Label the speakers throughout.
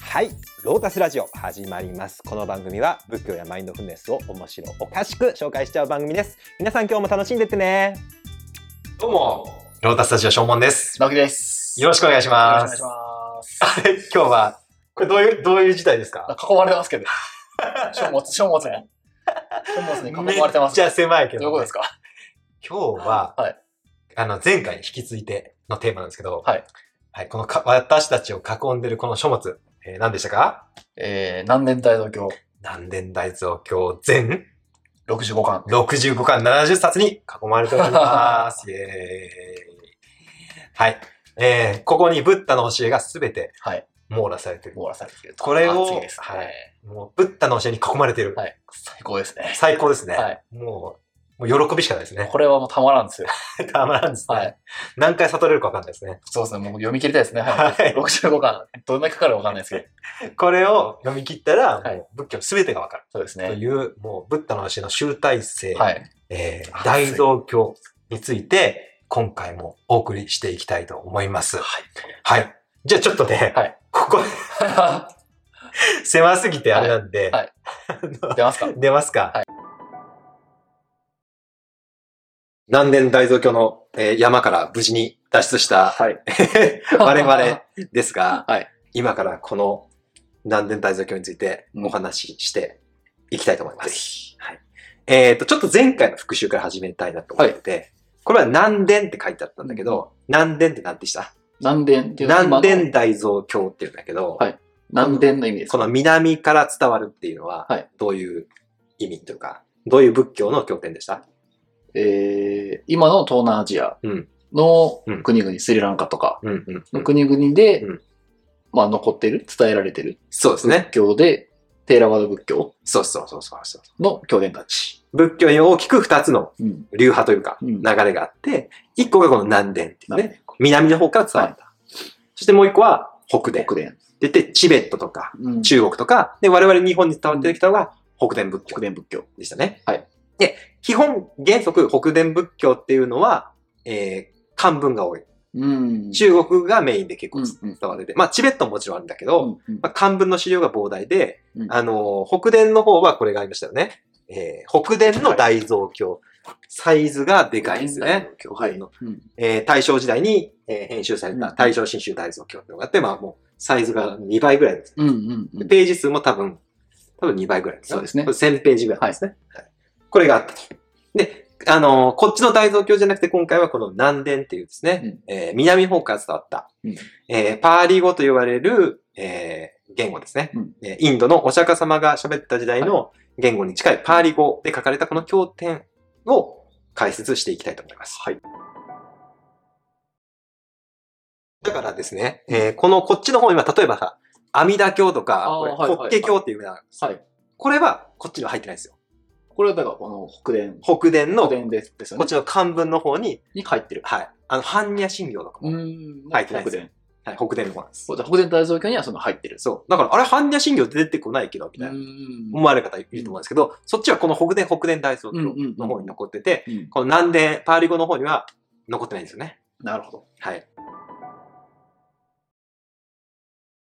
Speaker 1: はいロータスラジオ始まりますこの番組は仏教やマインドフルネスを面白おかしく紹介しちゃう番組です皆さん今日も楽しんでってね
Speaker 2: どうも、
Speaker 3: ロータスタジオ正門です。
Speaker 4: 直樹です。
Speaker 3: よろしくお願いし
Speaker 4: よ
Speaker 3: ま
Speaker 4: ろし
Speaker 3: す。
Speaker 4: くお願いし
Speaker 3: あれ 今日は、これどういう、どういう事態ですか
Speaker 4: ます。囲われてますけど。書物、書物ね。書物に囲まれてます
Speaker 3: めっちゃ
Speaker 4: け
Speaker 3: 狭いけ
Speaker 4: ど。
Speaker 3: ど、
Speaker 4: どういうことですか
Speaker 3: 今日は、
Speaker 4: はい
Speaker 3: あの、前回に引き続いてのテーマなんですけど、
Speaker 4: はい。
Speaker 3: はい、このか、私たちを囲んでるこの書物、えー何でしたか
Speaker 4: えー、南伝大道教
Speaker 3: 南伝大蔵経全
Speaker 4: 65巻。
Speaker 3: 65巻70冊に囲まれております。 イェーイ。はい。えー、ここにブッダの教えがすべて
Speaker 4: はい。
Speaker 3: 網羅されてる。
Speaker 4: 網羅されていると。
Speaker 3: これを
Speaker 4: あ次です。
Speaker 3: はい
Speaker 4: はい。
Speaker 3: もう、ブッダの教えに囲まれてる。
Speaker 4: はい。最高ですね。
Speaker 3: 最高ですね。
Speaker 4: はい
Speaker 3: もう、もう喜びしかないですね。
Speaker 4: これはもうたまらんですよ。
Speaker 3: たまらんですね。
Speaker 4: はい。
Speaker 3: 何回悟れるかわかんないですね。
Speaker 4: そうですね。もう読み切りたいですね。は
Speaker 3: はい
Speaker 4: い。65巻。どんなにかかるかわかんないですけど。
Speaker 3: これを読み切ったら、
Speaker 4: はい
Speaker 3: もう仏教すべてがわかる。
Speaker 4: そうです
Speaker 3: と
Speaker 4: ね。
Speaker 3: いう、もう、ブッダの教えの集大成、
Speaker 4: はい。
Speaker 3: えー大蔵経について、今回もお送りしていきたいと思います。はい。じゃあちょっとね、
Speaker 4: はい
Speaker 3: ここ狭すぎてあれなんで、
Speaker 4: はい出ますか
Speaker 3: 出ますか。
Speaker 4: はい
Speaker 3: 南伝大蔵経の、えー山から無事に脱出した、
Speaker 4: はい。
Speaker 3: 我々ですが、
Speaker 4: はい
Speaker 3: 今からこの南伝大蔵経について
Speaker 4: うん
Speaker 3: お話ししていきたいと思います。はい、えっ、と、ちょっと前回の復習から始めたいなと思ってて、これは南伝って書いてあったんだけど、南伝って何でした
Speaker 4: 南伝っていうのは今の
Speaker 3: 南伝大蔵経っていうんだけど、
Speaker 4: はい南伝の意味です
Speaker 3: こ。の南から伝わるっていうのは
Speaker 4: はい、
Speaker 3: どういう意味というか、どういう仏教の経典でした
Speaker 4: えー、今の東南アジアの
Speaker 3: うん
Speaker 4: 国々、スリランカとか
Speaker 3: うんうんう
Speaker 4: の
Speaker 3: ん。
Speaker 4: 国々で、
Speaker 3: うん
Speaker 4: まあ残ってる、伝えられてる
Speaker 3: そうですね
Speaker 4: 仏。教で、テーラワード仏教
Speaker 3: そうそうそうそうそう。
Speaker 4: の教伝たち。
Speaker 3: 仏教に大きく二つの
Speaker 4: うん。
Speaker 3: 流派というか、
Speaker 4: うん
Speaker 3: 流れがあって、一個がこの南伝っていう
Speaker 4: な
Speaker 3: ね、南の方から伝わった。そしてもう一個は北伝。
Speaker 4: 国伝。
Speaker 3: で、でチベットとか、
Speaker 4: うん
Speaker 3: 中国とか、で、我々日本に伝わってきたのが北伝仏教
Speaker 4: 国伝仏教。
Speaker 3: でしたね。
Speaker 4: はい。
Speaker 3: で、基本原則北伝仏教っていうのは、えー、漢文が多い。
Speaker 4: うん
Speaker 3: 中国がメインで結構伝
Speaker 4: うん
Speaker 3: わってて、まあチベットももちろんあるんだけど、
Speaker 4: うん
Speaker 3: まあ、漢文の資料が膨大で、
Speaker 4: うん
Speaker 3: あのー、北伝の方はこれがありましたよね。えー、北伝の大蔵経。サイズがでかいですね。
Speaker 4: はい。
Speaker 3: の
Speaker 4: うん
Speaker 3: えー大正時代に、えー編集され
Speaker 4: う
Speaker 3: た
Speaker 4: ん
Speaker 3: 大正新州大蔵経っていうのがあって、まあもうサイズが2倍ぐらいです。
Speaker 4: うんうんう
Speaker 3: で
Speaker 4: ん。
Speaker 3: ページ数も多分、多分2倍ぐらいかな
Speaker 4: そうですね
Speaker 3: これ1000ページぐらいですね。はいこれがあったと。で、あのーこっちの大蔵経じゃなくて今回はこの南伝っていうですね、えー南方から伝わった、
Speaker 4: うん
Speaker 3: えーパーリー語と呼ばれる、えー言語ですね、
Speaker 4: うん
Speaker 3: えーインドのお釈迦様が喋った時代の言語に近いパーリー語で書かれたこの経典を解説していきたいと思います。だからですね、えーこのこっちの方今、例えばさ、阿弥陀教とか、
Speaker 4: あー
Speaker 3: これ
Speaker 4: はいはい
Speaker 3: 法華経っていうような、
Speaker 4: はい。
Speaker 3: これはこっちには入ってないんですよ。
Speaker 4: これはだから、この北伝。
Speaker 3: 北伝の、
Speaker 4: 北
Speaker 3: こ
Speaker 4: 伝ですですよ
Speaker 3: っ
Speaker 4: ね。
Speaker 3: ちの漢文の方に、
Speaker 4: に入ってる。
Speaker 3: はい、あの、般若心経とかも、
Speaker 4: ん
Speaker 3: 入ってないです
Speaker 4: 北伝。
Speaker 3: はい、北伝の方なんです
Speaker 4: そ。うだ北伝大蔵教にはその入ってる。
Speaker 3: そう。だから、あれ、般若心経出てこないけど、みたいな、
Speaker 4: ん
Speaker 3: 思われる方いると思うんですけど、そっちはこの北伝、北伝大僧
Speaker 4: うんうんうん
Speaker 3: の方に残ってて、
Speaker 4: うん
Speaker 3: この南伝、パーリ語の方には残ってないんですよね。
Speaker 4: なるほど。
Speaker 3: はい。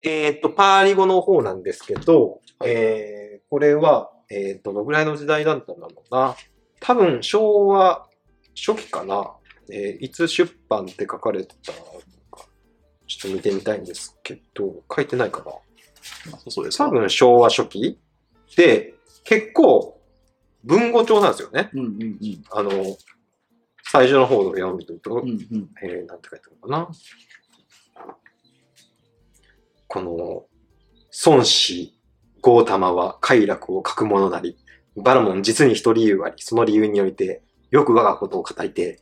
Speaker 3: えーっと、パーリ語の方なんですけど、えーこれは、えーどのぐらいの時代だったんだろうな。多分、昭和初期かな。えーいつ出版って書かれてたのか、ちょっと見てみたいんですけど、書いてないかな。
Speaker 4: まあそうです
Speaker 3: 多。分、昭和初期で、結構、文語調なんですよね。
Speaker 4: うんうんうん。
Speaker 3: あの、最初の方の読みとと、
Speaker 4: うんうん。
Speaker 3: えー、なんて書いてあるのかな。この、孫子、豪玉は快楽を書くものなり、バラモン実に一理由あり、その理由によりて、よく我がことを語りて、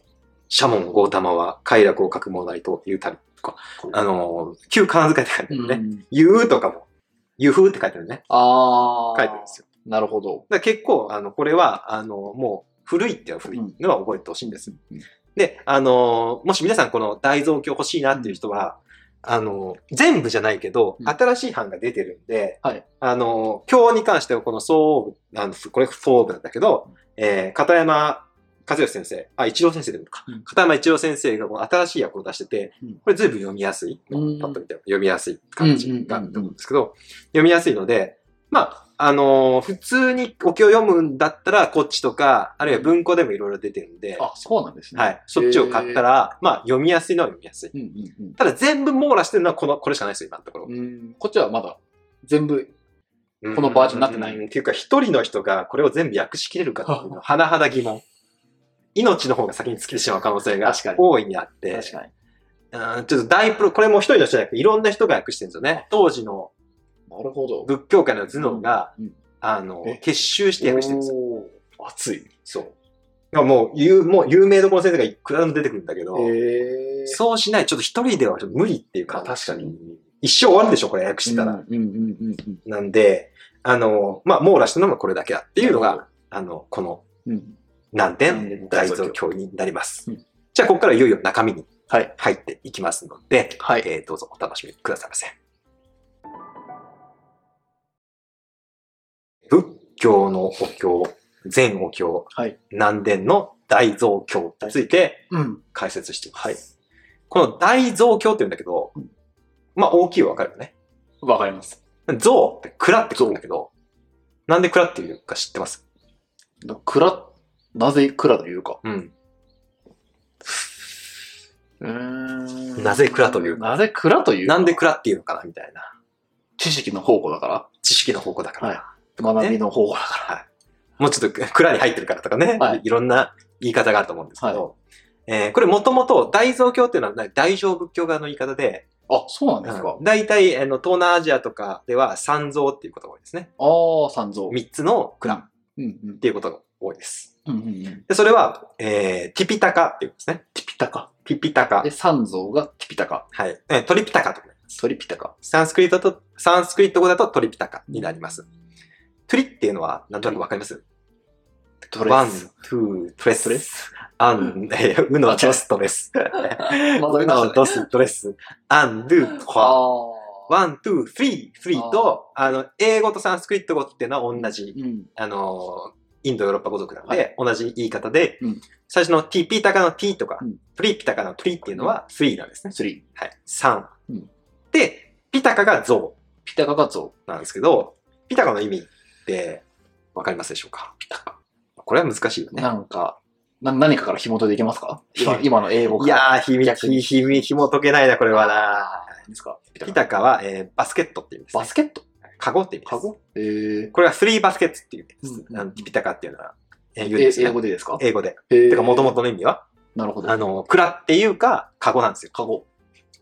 Speaker 3: シャモン、豪玉は快楽を書くものなりというたりとか、あのー、旧漢字書いてあるんだよね。
Speaker 4: うん
Speaker 3: 言うとかも、言う風って書いてあるね。
Speaker 4: あ
Speaker 3: 書
Speaker 4: あ。
Speaker 3: いてあるんですよ。
Speaker 4: なるほ
Speaker 3: だ
Speaker 4: ど。
Speaker 3: から結構、あの、これは、あの、もう、古いっていうのは古いのは覚えてほしいんです。
Speaker 4: うん。
Speaker 3: で、あのーもし皆さんこの大蔵経欲しいなっていう人は、あのー全部じゃないけど、
Speaker 4: うん
Speaker 3: 新しい版が出てるんで、
Speaker 4: はい
Speaker 3: あのー経に関してはこの総部、あの、これ総部なんだけど、えー片山和義先生、あ、一郎先生でもいいか
Speaker 4: うん。
Speaker 3: 片山一郎先生がこの新しい訳を出してて
Speaker 4: うん、
Speaker 3: これ随分読みやすい。
Speaker 4: うん
Speaker 3: パッと見ても読みやすい感
Speaker 4: うんうんうんう
Speaker 3: じ
Speaker 4: ん
Speaker 3: があると思うんですけど、読みやすいので、まあ、あのー普通にお経を読むんだったら、こっちとか、あるいは文庫でもいろいろ出てるんで、
Speaker 4: あ、そうなんですね。
Speaker 3: はい。そっちを買ったら、まあ、読みやすいのは読みやすい。
Speaker 4: うんうん
Speaker 3: ただ全部網羅してるのはこの、これしかないですよ、今のところ。
Speaker 4: うん。うん、こっちはまだ全部、このバージョンになってない
Speaker 3: うんっていうか、一人の人がこれを全部訳しきれるかっていうのは、甚だ疑問。命の方が先に尽きてしまう可能性が
Speaker 4: 確かに
Speaker 3: 大いにあって、
Speaker 4: 確かに。
Speaker 3: うんちょっと大プロ、これも一人の人じゃなくて、いろんな人が訳してるんですよね。当時の
Speaker 4: なるほど。
Speaker 3: 仏教界の頭脳が、
Speaker 4: うんうん
Speaker 3: あの
Speaker 4: え、
Speaker 3: 結集して訳してるんですよ。
Speaker 4: おー熱い。
Speaker 3: そう。だからもう、有もう有名どころの先生がいくらでも出てくるんだけど、
Speaker 4: へえ。
Speaker 3: そうしない、ちょっと一人ではちょっと無理っていうか、
Speaker 4: あ確かに。
Speaker 3: 一生終わるでしょ、これ訳してたら。
Speaker 4: うんうんうんうん
Speaker 3: なんで、あの、まあ、網羅したのがこれだけだっていうの
Speaker 4: なる
Speaker 3: が、あの、この
Speaker 4: うん。うん。
Speaker 3: 難
Speaker 4: うん
Speaker 3: 点、大蔵教になります。
Speaker 4: うん
Speaker 3: じゃあ、ここからいよいよ中身に
Speaker 4: はい
Speaker 3: 入っていきますので、
Speaker 4: はい
Speaker 3: えーどうぞお楽しみくださいませ。仏教のお経、全お経、
Speaker 4: はい
Speaker 3: 南伝の大蔵経について
Speaker 4: うん。
Speaker 3: 解説しています。この大蔵経って言うんだけど、まあ、大きいはわかるよね。
Speaker 4: わかります。
Speaker 3: 象って蔵って書くんだけど、なんで蔵っていうか知ってます
Speaker 4: だ蔵、なぜ蔵というか。
Speaker 3: うん。
Speaker 4: うーん
Speaker 3: なぜ蔵という
Speaker 4: なぜ蔵というか
Speaker 3: なんで蔵っていうのかなみたいな。
Speaker 4: 知識の宝庫だか
Speaker 3: 知識の方向だから。
Speaker 4: はいら。学びの宝庫だか
Speaker 3: もうちょっと蔵に入ってるからとかね、
Speaker 4: はい
Speaker 3: い、ろんな言い方があると思うんですけど、えーこれもともと大蔵経っていうのは大乗仏教側の言い方で、
Speaker 4: ら。あ、そうなんですか。
Speaker 3: 大体あの東南アジアとかでは三蔵っていうことが多いですね。
Speaker 4: ああ、三蔵。
Speaker 3: 三つの蔵っ
Speaker 4: うんうん。
Speaker 3: ていうことが多いです。
Speaker 4: うんうんうん。
Speaker 3: でそれは、えー、ティピタカっていうんですね。
Speaker 4: ティピタカ。
Speaker 3: ティピタカ
Speaker 4: で、。三蔵がティピタカ。
Speaker 3: はい。えートリピタカとか
Speaker 4: トリピタカ。
Speaker 3: サンスクリットと、サンスクリット語だとトリピタカになります。トゥリっていうのはなんとなくわかります
Speaker 4: ト
Speaker 3: ワ
Speaker 4: レ
Speaker 3: ン
Speaker 4: ス。、
Speaker 3: トゥー、トレ
Speaker 4: トレ
Speaker 3: ス、
Speaker 4: ス。
Speaker 3: アン、えーウノ、ドス、トレ ス。
Speaker 4: ま
Speaker 3: ウノ、ドス、トレス、アン、ドゥ、ト
Speaker 4: あ
Speaker 3: ワ。
Speaker 4: あ。
Speaker 3: ワン、トゥー、スリー、スリーと、あの、英語とサンスクリット語っていうのは同じ、
Speaker 4: うん。
Speaker 3: あのー、インド、ヨーロッパ語族なの
Speaker 4: は
Speaker 3: で、同じ言い方で
Speaker 4: うん、
Speaker 3: 最初のティピタカのティとか
Speaker 4: うん、
Speaker 3: トリピタカのトリっていうのはスリーなんですね。
Speaker 4: スリー。
Speaker 3: はい。三
Speaker 4: うん。
Speaker 3: で、ピタカがゾウ。
Speaker 4: ピタカが像。
Speaker 3: なんですけど、ピタカの意味ってわかりますでしょうかピタカ。これは難しいよね。
Speaker 4: なんか、な何かから紐解いていけますか今今の英語か
Speaker 3: い
Speaker 4: ら。
Speaker 3: やー、ひみ、
Speaker 4: 逆に
Speaker 3: ひ、ひみ、ひも解けないな、これはな。
Speaker 4: いいですかピタ
Speaker 3: ピ
Speaker 4: カ。
Speaker 3: タカは、えーバスケットっていう意味です、ね。
Speaker 4: バスケット
Speaker 3: カゴって意味です。
Speaker 4: カゴえー。
Speaker 3: これはスリーバスケットっていう意味です。
Speaker 4: うん
Speaker 3: あのピタカっていうのは英語
Speaker 4: え
Speaker 3: です、ね。
Speaker 4: 英語でですか
Speaker 3: 英語で。
Speaker 4: え
Speaker 3: てか、もともとの意味は、
Speaker 4: なるほど。
Speaker 3: あの、蔵っていうか、カゴなんですよ。カゴ。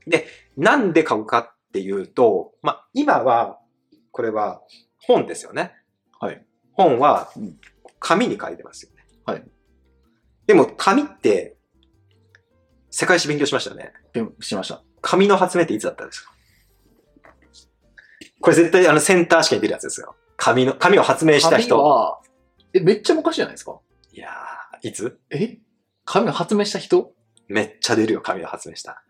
Speaker 3: で、なんでカゴかっていうと、まあ、今は、これは本ですよね。
Speaker 4: はい。
Speaker 3: 本は
Speaker 4: うん
Speaker 3: 紙に書いてますよね。
Speaker 4: はい。
Speaker 3: でも紙って、世界史勉強しましたよね。
Speaker 4: 勉強しました。
Speaker 3: 紙の発明っていつだったんですかこれ絶対あのセンター試験に出るやつですよ。紙の、紙を発明した
Speaker 4: 紙
Speaker 3: 人。
Speaker 4: は、え、めっちゃ昔じゃないですか
Speaker 3: いやー、いつ
Speaker 4: え紙を発明した人
Speaker 3: めっちゃ出るよ、紙を発明した。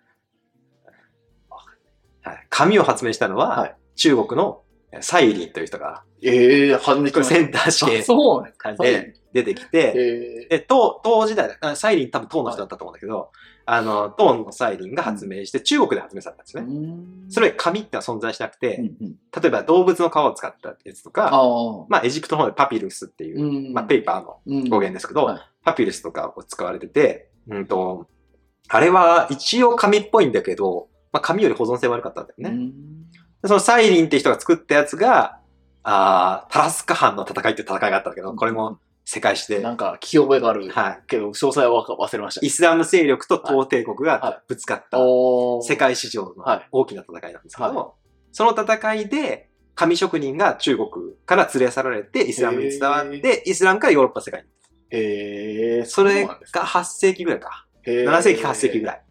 Speaker 3: はい、紙を発明したのは、
Speaker 4: はい
Speaker 3: 中国のサイリンという人が、
Speaker 4: ええー、初め
Speaker 3: これセンター試験
Speaker 4: そうなん
Speaker 3: で出てきて、
Speaker 4: え
Speaker 3: で、唐、唐時代だ、あサイリン多分唐の人だったと思うんだけど、あの、唐のサイリンが発明して、中国で発明されたんです
Speaker 4: ー、
Speaker 3: ね。
Speaker 4: ん
Speaker 3: それ、紙ってのは存在しなくて、
Speaker 4: うんうん、
Speaker 3: 例えば動物の皮を使ったやつと
Speaker 4: あ
Speaker 3: か、
Speaker 4: あ、
Speaker 3: まあエジプトの方でパピルスっていう、
Speaker 4: ん
Speaker 3: まあペーパーの
Speaker 4: うん
Speaker 3: 語源ですけど、
Speaker 4: はい
Speaker 3: パピルスとかを使われてて、うんと、あれは一応紙っぽいんだけど、まあ紙より保存性悪かったんだよね。
Speaker 4: う
Speaker 3: で
Speaker 4: ん
Speaker 3: そのサイリンって人が作ったやつが、あータラスカ藩の戦いっていう戦いがあったんだけど、これも世界史で、
Speaker 4: な
Speaker 3: は
Speaker 4: んか、聞き覚えがある
Speaker 3: い。
Speaker 4: けど、詳細は忘れました。
Speaker 3: イスラム勢力と東帝国
Speaker 4: は
Speaker 3: がぶつかった
Speaker 4: おー
Speaker 3: 世界史上の
Speaker 4: はい
Speaker 3: 大きな戦いなんですけど、
Speaker 4: は
Speaker 3: その戦いで紙職人が中国から連れ去られてイスラムに伝わってイスラムからヨーロッパ世界に
Speaker 4: えー、
Speaker 3: それ
Speaker 4: う
Speaker 3: が
Speaker 4: なんです
Speaker 3: 8世紀ぐらいか
Speaker 4: へー
Speaker 3: 7世紀8世紀ぐらい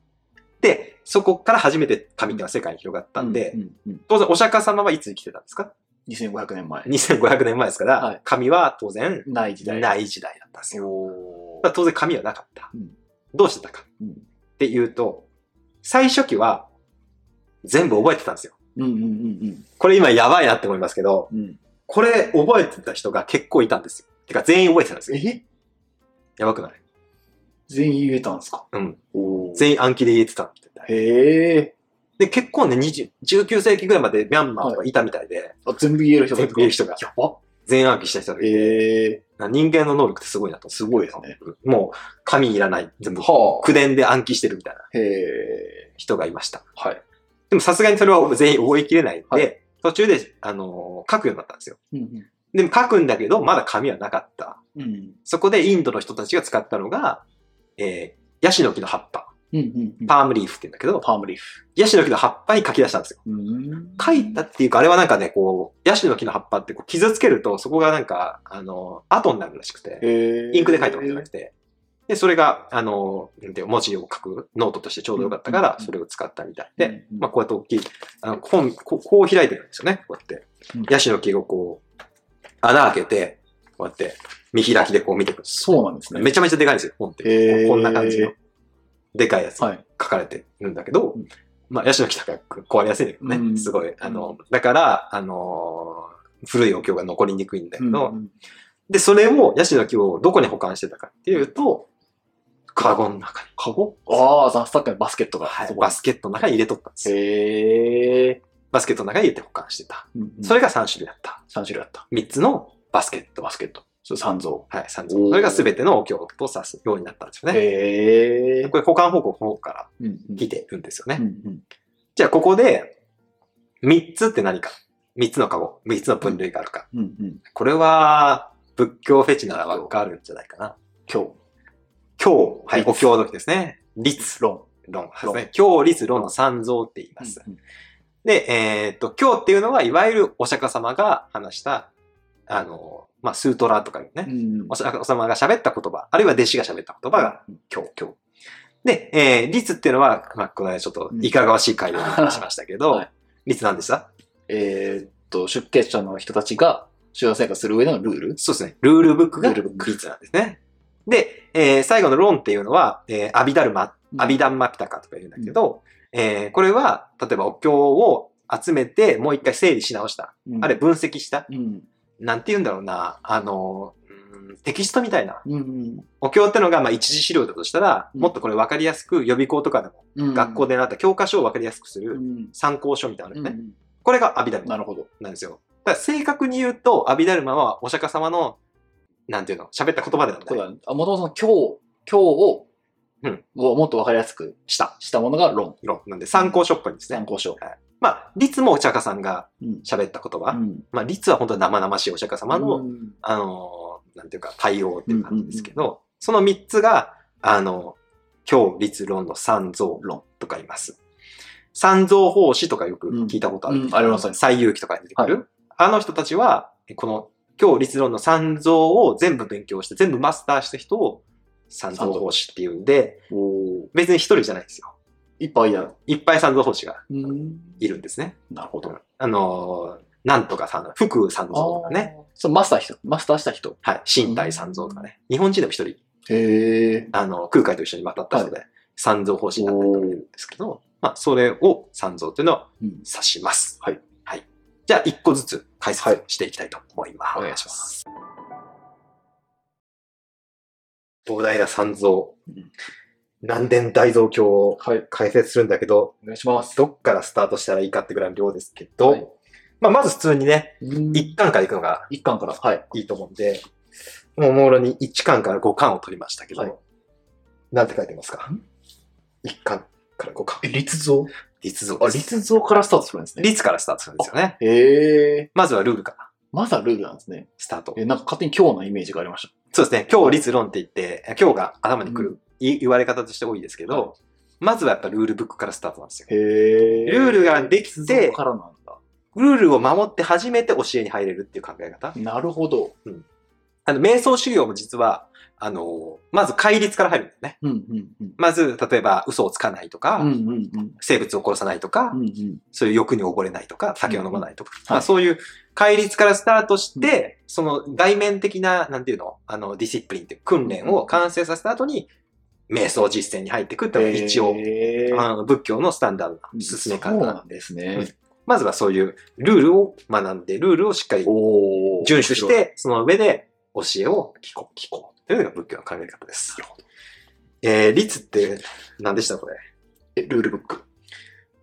Speaker 3: でそこから初めて紙っていうのは世界に広がったんで、
Speaker 4: ううんうん
Speaker 3: 当然お釈迦様はいつ生きてたんですか
Speaker 4: 2500年前。
Speaker 3: 2500年前ですから、
Speaker 4: はい
Speaker 3: 紙は当然
Speaker 4: ない時代。
Speaker 3: ない時代だったんですよ
Speaker 4: お
Speaker 3: だから当然紙はなかった。
Speaker 4: うん
Speaker 3: どうしてたか、
Speaker 4: うん
Speaker 3: っていうと、最初期は全部覚えてたんですよ。
Speaker 4: うんうんうん
Speaker 3: これ今やばいなって思いますけど、
Speaker 4: うんうん。
Speaker 3: これ覚えてた人が結構いたんですよ。てか全員覚えてたんですよ。
Speaker 4: え
Speaker 3: やばくない
Speaker 4: 全員言えたんですか
Speaker 3: うん。
Speaker 4: おー
Speaker 3: 全員暗記で言えてたみたい。
Speaker 4: へえ。
Speaker 3: で、結構ね、20 19世紀ぐらいまでミャンマーとかいたみたいで、
Speaker 4: あ、全部言える人がい
Speaker 3: 全
Speaker 4: る
Speaker 3: 部言える人が
Speaker 4: やば。
Speaker 3: 全暗記した人がいて、
Speaker 4: へえ。
Speaker 3: 人間の能力ってすごいなと
Speaker 4: すごいですね。
Speaker 3: 思う。もう、紙いらない。全部、
Speaker 4: は
Speaker 3: 口伝で暗記してるみたいな
Speaker 4: あ。へえ。
Speaker 3: 人がいました。
Speaker 4: はい。
Speaker 3: でもさすがにそれは全員覚えきれないんで、
Speaker 4: はい
Speaker 3: 途中で、あのー書くようになったんですよ。
Speaker 4: うん
Speaker 3: でも書くんだけど、まだ紙はなかった。
Speaker 4: うん。うん。
Speaker 3: そこでインドの人たちが使ったのが、えー、ヤシの木の葉っぱ。
Speaker 4: うんうんうん。
Speaker 3: パームリーフって言うんだけど、
Speaker 4: パームリーフ。
Speaker 3: ヤシの木の葉っぱに書き出したんですよ。
Speaker 4: うん
Speaker 3: 書いたっていうか、あれはなんかね、こう、ヤシの木の葉っぱってこう傷つけると、そこがなんか、あのー、跡になるらしくて、
Speaker 4: へえ。
Speaker 3: インクで書いたものじゃな
Speaker 4: く
Speaker 3: くて、で、それが、あのー、なんていうの文字を書くノートとしてちょうどよかったか
Speaker 4: うんうん
Speaker 3: ら
Speaker 4: う、ん
Speaker 3: それを使ったみたいで、
Speaker 4: うん
Speaker 3: まあ、こうやって大きい、あのこうこうこう開いてるんですよね、こうやって
Speaker 4: うん。
Speaker 3: ヤシの木をこう、穴開けて、こうやって、見開きでこう見てくるんです
Speaker 4: そうなんですね。
Speaker 3: めちゃめちゃでかいんですよ、本って。
Speaker 4: へー
Speaker 3: こんな感じの。でかいやつが
Speaker 4: はい。
Speaker 3: 書かれてるんだけど
Speaker 4: うん、
Speaker 3: まあ、ヤシの木だから壊れやすいんだけどね、
Speaker 4: うん
Speaker 3: すごい。あの、だから、あのー古いお経が残りにくいんだけど、
Speaker 4: うんうん
Speaker 3: で、それを、ヤシの木をどこに保管してたかっていうと、カゴの中に。カゴ
Speaker 4: ああ、ささっきのバスケットが。
Speaker 3: はい、バスケットの中に入れとったんですよ。
Speaker 4: へえ。
Speaker 3: バスケットの中に入れて保管してた。
Speaker 4: うんうん
Speaker 3: それが3種類あった。
Speaker 4: 三種類あった。
Speaker 3: 3つのバスケット。
Speaker 4: バスケット。それ三蔵。
Speaker 3: はい、3
Speaker 4: おー
Speaker 3: つ。それが全てのお経を指すようになったんですよね。
Speaker 4: へえ。
Speaker 3: これ、保管方向の方から
Speaker 4: うんうん
Speaker 3: 来てるんですよね。
Speaker 4: うんうん
Speaker 3: じゃあ、ここで、3つって何か。3つのカゴ、3つの分類があるか。
Speaker 4: うんうん。
Speaker 3: これは、仏教フェチならわかるんじゃないかな。
Speaker 4: 今日、
Speaker 3: 経、はい、
Speaker 4: 律
Speaker 3: お経の時ですね。律
Speaker 4: 論。
Speaker 3: 論ですね。経、律、論の三蔵って言います。で、えーっと、経っていうのは、いわゆるお釈迦様が話した、あの、まあ、スートラとかいうね、
Speaker 4: うん
Speaker 3: お釈迦様が喋った言葉、あるいは弟子が喋った言葉が今日、今日。で、えー、律っていうのは、まあ、この間ちょっといかがわしい会をしましたけど、
Speaker 4: はい
Speaker 3: 律なんでした
Speaker 4: えーっと、出家者の人たちが修行生活する上でのルール
Speaker 3: そうですね。ルールブックが
Speaker 4: ルールブック
Speaker 3: 律なんですね。で、えー最後の論っていうのは、えー、アビダルマ、アビ
Speaker 4: ダ。
Speaker 3: ダンマピタカとか言うんだけど、えーこれは、例えばお経を集めて、もう一回整理し直した。あるいは分析した。
Speaker 4: うん。
Speaker 3: なんて言うんだろうな、あの、うんテキストみたいな。
Speaker 4: うんうん
Speaker 3: お経ってのが、まあ、一次資料だとしたら、
Speaker 4: うん
Speaker 3: もっとこれ分かりやすく、予備校とかでも、
Speaker 4: うん。
Speaker 3: 学校
Speaker 4: で。
Speaker 3: で習った教科書を分かりやすくす
Speaker 4: う
Speaker 3: る
Speaker 4: ん。
Speaker 3: 参考書みたいなのね。
Speaker 4: うん
Speaker 3: これがアビダルマ
Speaker 4: なるほど。
Speaker 3: なんですよ。だから正確に言うと、アビダルマはお釈迦様の、なんていうの、喋った言葉では
Speaker 4: そう
Speaker 3: ない。
Speaker 4: だね。あ、もともと今日、今日を、
Speaker 3: うん
Speaker 4: をもっとわかりやすく
Speaker 3: した
Speaker 4: したものが論。
Speaker 3: 論なんで、参考書っぽいんです
Speaker 4: 参
Speaker 3: ね。
Speaker 4: 考書。
Speaker 3: まあ、律もお釈迦さんが
Speaker 4: うん。
Speaker 3: 喋った言葉。
Speaker 4: うん
Speaker 3: まあ、律は本当に生々しいお釈迦様の、
Speaker 4: うん
Speaker 3: あのーなんていうか、対応っていう感じですけど、その3つが、あの、今日、律論の三蔵論とか言います。三蔵法師とかよく聞いたことある。
Speaker 4: うんうんありますね
Speaker 3: 最遊記とかに出てくる。あの人たちは、この今日、律論の三蔵を全部勉強して、全部マスターした人を三蔵法師っていうんで、
Speaker 4: おー
Speaker 3: 別に一人じゃないんですよ。
Speaker 4: いっぱいある。
Speaker 3: いっぱい三蔵法師が
Speaker 4: うん。
Speaker 3: いるんですね。
Speaker 4: なるほど。
Speaker 3: あのーなんとかさん、福三蔵とかね。
Speaker 4: あー。そう、マスターした人。マスターした人。
Speaker 3: はい。身体三蔵とかね。日本人でも一人
Speaker 4: へえ。
Speaker 3: あの、空海と一緒に渡った人で、三蔵法師になった人がいるんですけど、まあ、それを三蔵というのを
Speaker 4: うん
Speaker 3: 指します。
Speaker 4: はい。
Speaker 3: はい。じゃあ、一個ずつ解説していきたいと思います。
Speaker 4: お願いします。
Speaker 3: 東大な三蔵
Speaker 4: うん、
Speaker 3: 南伝大蔵経を
Speaker 4: はい。
Speaker 3: 解説するんだけど、
Speaker 4: お願いします。
Speaker 3: どっからスタートしたらいいかってぐらいの量ですけど、
Speaker 4: はい
Speaker 3: まあ、まず普通にね、
Speaker 4: うん
Speaker 3: 一巻から行くのが
Speaker 4: 一巻から。はい。
Speaker 3: いいと思うんで、もうもろに1巻から5巻を取りましたけど、
Speaker 4: はい
Speaker 3: なんて書いてますか ?1 巻から5巻。
Speaker 4: 立像
Speaker 3: 律像
Speaker 4: あ、
Speaker 3: です。
Speaker 4: 立像からスタートするんですね。
Speaker 3: 律からスタートするんですよね。
Speaker 4: へえ。
Speaker 3: まずはルールから
Speaker 4: まだルールなんですね。
Speaker 3: スタート
Speaker 4: え、。なんか勝手に今日のイメージがありまし
Speaker 3: そうですね。今日律論って言って、今日が頭にく
Speaker 4: う
Speaker 3: る、い言われ方として多いですけど、まずはやっぱルールブックからスタートなんですよ。
Speaker 4: た。へえ。
Speaker 3: ルールができて
Speaker 4: 立像からなんだ。
Speaker 3: ルールを守って初めて教えに入れるっていう考え方。
Speaker 4: なるほど。
Speaker 3: あの、瞑想修行も実は、あの、まず戒律から入るんだよね。
Speaker 4: うんうんうん。
Speaker 3: まず、例えば嘘をつかないとか、
Speaker 4: うんうんうん。
Speaker 3: 生物を殺さないとか、
Speaker 4: うんうん。
Speaker 3: そういう欲に溺れないとか、酒を飲まないとか、
Speaker 4: うん
Speaker 3: まあ、そういう戒律からスタートして、その外面的な、なんていうの、あの、ディシプリンっていう訓練を完成させた後に、瞑想実践に入っていくっていうのが一応、
Speaker 4: へー
Speaker 3: あの仏教のスタンダードな進め
Speaker 4: そう
Speaker 3: 方
Speaker 4: な。んですね。
Speaker 3: まずはそういうルールを学んで、ルールをしっかり
Speaker 4: おお。
Speaker 3: 遵守し。て、その上で教えを聞こう、聞こう。というのが仏教の考え方です。えー、律って何でしたこれ。
Speaker 4: え、ルールブック。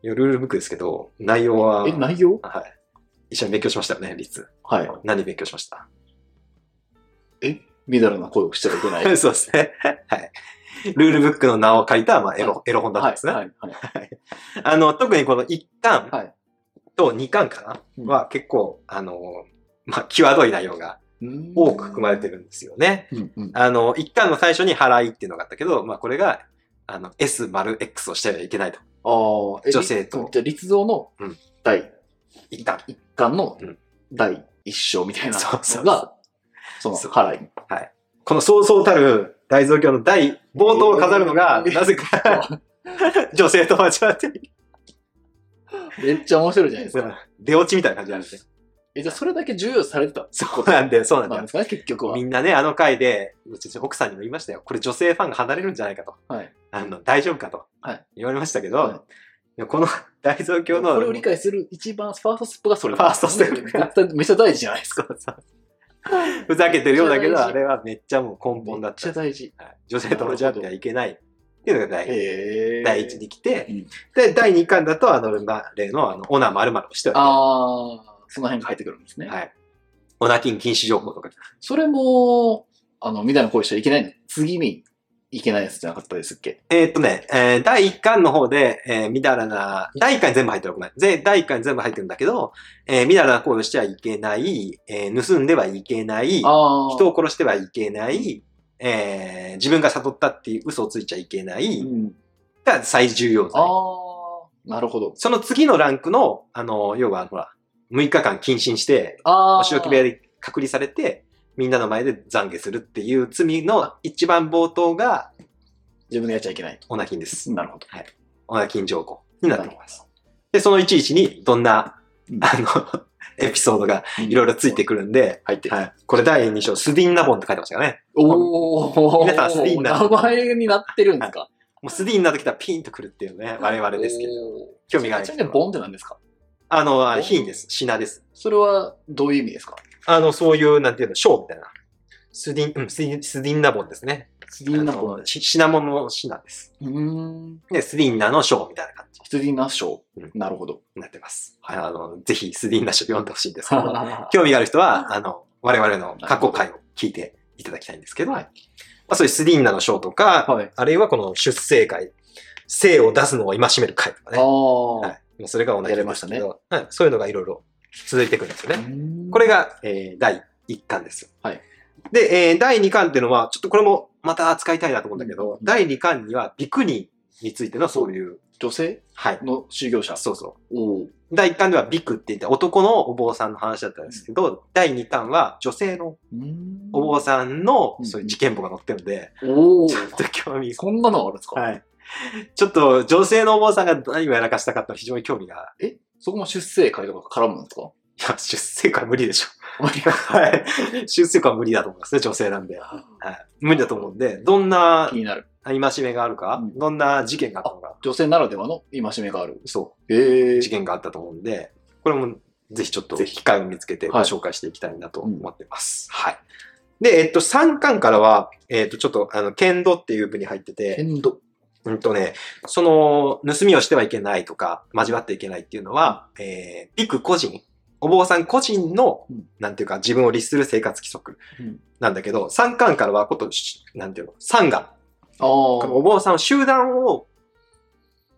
Speaker 3: いやルールブックですけど、内容は、
Speaker 4: え、内容
Speaker 3: はい。一緒に勉強しましたよね、律。
Speaker 4: はい。
Speaker 3: 何勉強しました
Speaker 4: え、みだらな声をしてはいけない。
Speaker 3: はい そうですね。はい。ルールブックの名を書いた、まあ、エロ、エロ本だったんですね。
Speaker 4: はい。はい。はい
Speaker 3: あの、特にこの1巻
Speaker 4: はい
Speaker 3: と2巻か
Speaker 4: う
Speaker 3: な、
Speaker 4: ん
Speaker 3: は結構、あの、まあ、際どい内容が 多く含まれて。るんですよね。
Speaker 4: うんうん。
Speaker 3: あの、1巻の最初に払いっていうのがあったけど、まあ、これが、あの、S 丸 X をしてはいけないと。
Speaker 4: ああ、え
Speaker 3: 女性と
Speaker 4: じゃあ、立像の
Speaker 3: うん
Speaker 4: 第
Speaker 3: 1巻。
Speaker 4: 一巻の
Speaker 3: うん
Speaker 4: 第一章みたいな
Speaker 3: そうそうそ
Speaker 4: の
Speaker 3: う
Speaker 4: が、その、
Speaker 3: そう
Speaker 4: 払い。
Speaker 3: このそうそうたる大蔵経の第冒頭を飾るの が、
Speaker 4: えー
Speaker 3: なぜか女性と間違っている
Speaker 4: めっちゃ面白いじゃないですか。
Speaker 3: 出落ちみたいな感じなんですね。
Speaker 4: え、じゃあ、それだけ重要視されてたって
Speaker 3: そ
Speaker 4: こ
Speaker 3: うなんで、そうな
Speaker 4: と
Speaker 3: ん
Speaker 4: なん
Speaker 3: だ
Speaker 4: ですかね、結局は
Speaker 3: み。んなね、あの回で、うち奥さんにも言いましたよ。これ女性ファンが離れるんじゃないかと。
Speaker 4: はい。
Speaker 3: あの、大丈夫かと
Speaker 4: はい。
Speaker 3: 言われましたけど、
Speaker 4: はい
Speaker 3: いやこの 大蔵経の、
Speaker 4: これを理解する一番ファーストステップがそれ
Speaker 3: ファーストステップが
Speaker 4: 絶対めっちゃ大事じゃないです か。
Speaker 3: そうそうふざけてるようだけ
Speaker 4: めっ
Speaker 3: ど、
Speaker 4: ちゃ大
Speaker 3: あ
Speaker 4: 事
Speaker 3: れはめっちゃもう根
Speaker 4: め
Speaker 3: 本だ
Speaker 4: っ
Speaker 3: っ
Speaker 4: ち
Speaker 3: た
Speaker 4: ゃ。大事。
Speaker 3: はい女性と間違ってはいけないっていうのが第,、
Speaker 4: へえ。
Speaker 3: 第一。に来て、
Speaker 4: うん
Speaker 3: で、第2巻だと、あの、まあ例の、あの、オナ〇〇をしては
Speaker 4: ああ、その辺が入ってくるんですね。
Speaker 3: い。はい。オナキン禁止情報とか。
Speaker 4: それも、あの、みたいな声しちゃいけないの。次にいけないやつじゃなかったですっけ
Speaker 3: えーっとね、えー第1巻の方で、えーみだらな、第1巻に全部入ってるわけない。ぜ第1巻に全部入ってるんだけど、えーみだらな行為をしてはいけない、えー盗んではいけない、
Speaker 4: ああ。
Speaker 3: 人を殺してはいけない、えー自分が悟ったっていう嘘をついちゃいけない
Speaker 4: うん、
Speaker 3: が最重要
Speaker 4: あ
Speaker 3: 罪。
Speaker 4: あ、なるほど。
Speaker 3: その次のランクの、あの、要は、ほら、6日間謹慎して、
Speaker 4: ああ。
Speaker 3: お仕置き部屋で隔離されて、みんなの前で懺悔するっていう罪の一番冒頭が、
Speaker 4: 自分でやっちゃいけないと。
Speaker 3: オナキンです。
Speaker 4: なるほど。
Speaker 3: オナキン条項になってきます。で、その11に、どんな
Speaker 4: う、ん
Speaker 3: あの、 エピソードがいろいろついてくるんで、
Speaker 4: 入ってる。
Speaker 3: はい。これ第2章、スディンナボンって書いてましたよね。
Speaker 4: おお。
Speaker 3: 皆さんスリーにな
Speaker 4: 名
Speaker 3: る
Speaker 4: 前になってるんですか
Speaker 3: もうスディンな時はピンとくるっていうね、我々ですけど。
Speaker 4: ど。
Speaker 3: 興味がある
Speaker 4: ち
Speaker 3: 人
Speaker 4: な
Speaker 3: は
Speaker 4: みにボンって何ですか
Speaker 3: あの、あの品です。品です。
Speaker 4: それはどういう意味ですか
Speaker 3: あの、そういう、なんていうの、ショーみたいな。スディン、うん、スディン、スディンナボンですね。
Speaker 4: スリーナ
Speaker 3: あ
Speaker 4: ボン
Speaker 3: の。しシナモンのシナです。
Speaker 4: うーん。
Speaker 3: で、スディンナのショーみたいな感じ
Speaker 4: スリーナ賞
Speaker 3: うん。
Speaker 4: なる ほど。
Speaker 3: になってます。はい。あの、ぜひ、スディンナ書読んでほしいんです けど、
Speaker 4: は
Speaker 3: 興味がある人は、あの、我々の過去回を聞いていただきたいんですけど、
Speaker 4: はい
Speaker 3: まあ、そういうスディンナのショーとか、
Speaker 4: い。
Speaker 3: あるいはこの出生会、生を出すのを戒める会とかね。
Speaker 4: ああ。
Speaker 3: はい。もうそれが同じ
Speaker 4: やりましたね
Speaker 3: はい。そういうのがいろいろ続いていくんですよね。こ
Speaker 4: れ、
Speaker 3: れが、えー第1巻です。
Speaker 4: はい。
Speaker 3: で、えー第2巻っていうのは、ちょっとこれもまた扱いたいなと思うんだけど、
Speaker 4: うん
Speaker 3: 第2巻にはビクニンについてのそういう、
Speaker 4: 女性
Speaker 3: はい。
Speaker 4: の修行者。
Speaker 3: そうそ
Speaker 4: おー
Speaker 3: う。第1巻ではビクって言って男のお坊さんの話だったんですけど、第2巻は女性の
Speaker 4: うーん
Speaker 3: お坊さんの
Speaker 4: うん
Speaker 3: そういう事件簿が載ってるんで、
Speaker 4: おお。
Speaker 3: ちょっと興味、
Speaker 4: そんなのあるんですか
Speaker 3: はい。ちょっと女性のお坊さんが何をやらかしたかって非常に興味が、
Speaker 4: えそこも出生会とか絡むんです か
Speaker 3: いや、出世界無理でしょ。
Speaker 4: 無理か。
Speaker 3: はい。出世界は無理だと思いますね、女性なんで。はい、無理だと思うんで、どんな
Speaker 4: 気になる。
Speaker 3: 戒めがあるか、
Speaker 4: うん
Speaker 3: どんな事件があったのか、
Speaker 4: 女性ならではの戒めがある。
Speaker 3: そ
Speaker 4: ええ
Speaker 3: う、事件があったと思うんで、これもぜひちょっと
Speaker 4: ぜひ
Speaker 3: 機会を見つけてご
Speaker 4: はい
Speaker 3: 紹介していきたいなと思ってます。はい。で、えっと、3巻からは、えっと、ちょっと、あの、剣道っていう部に入ってて、
Speaker 4: 剣道。
Speaker 3: うんとね、その、盗みをしてはいけないとか、交わっていけないっていうのは、えー、ビク個人、お坊さん個人の、
Speaker 4: うん
Speaker 3: なんていうか、自分を律する生活規則
Speaker 4: うん
Speaker 3: なんだけど、三巻からは、こと、しなんていうの、三が、
Speaker 4: ああ。
Speaker 3: お坊さんを集団を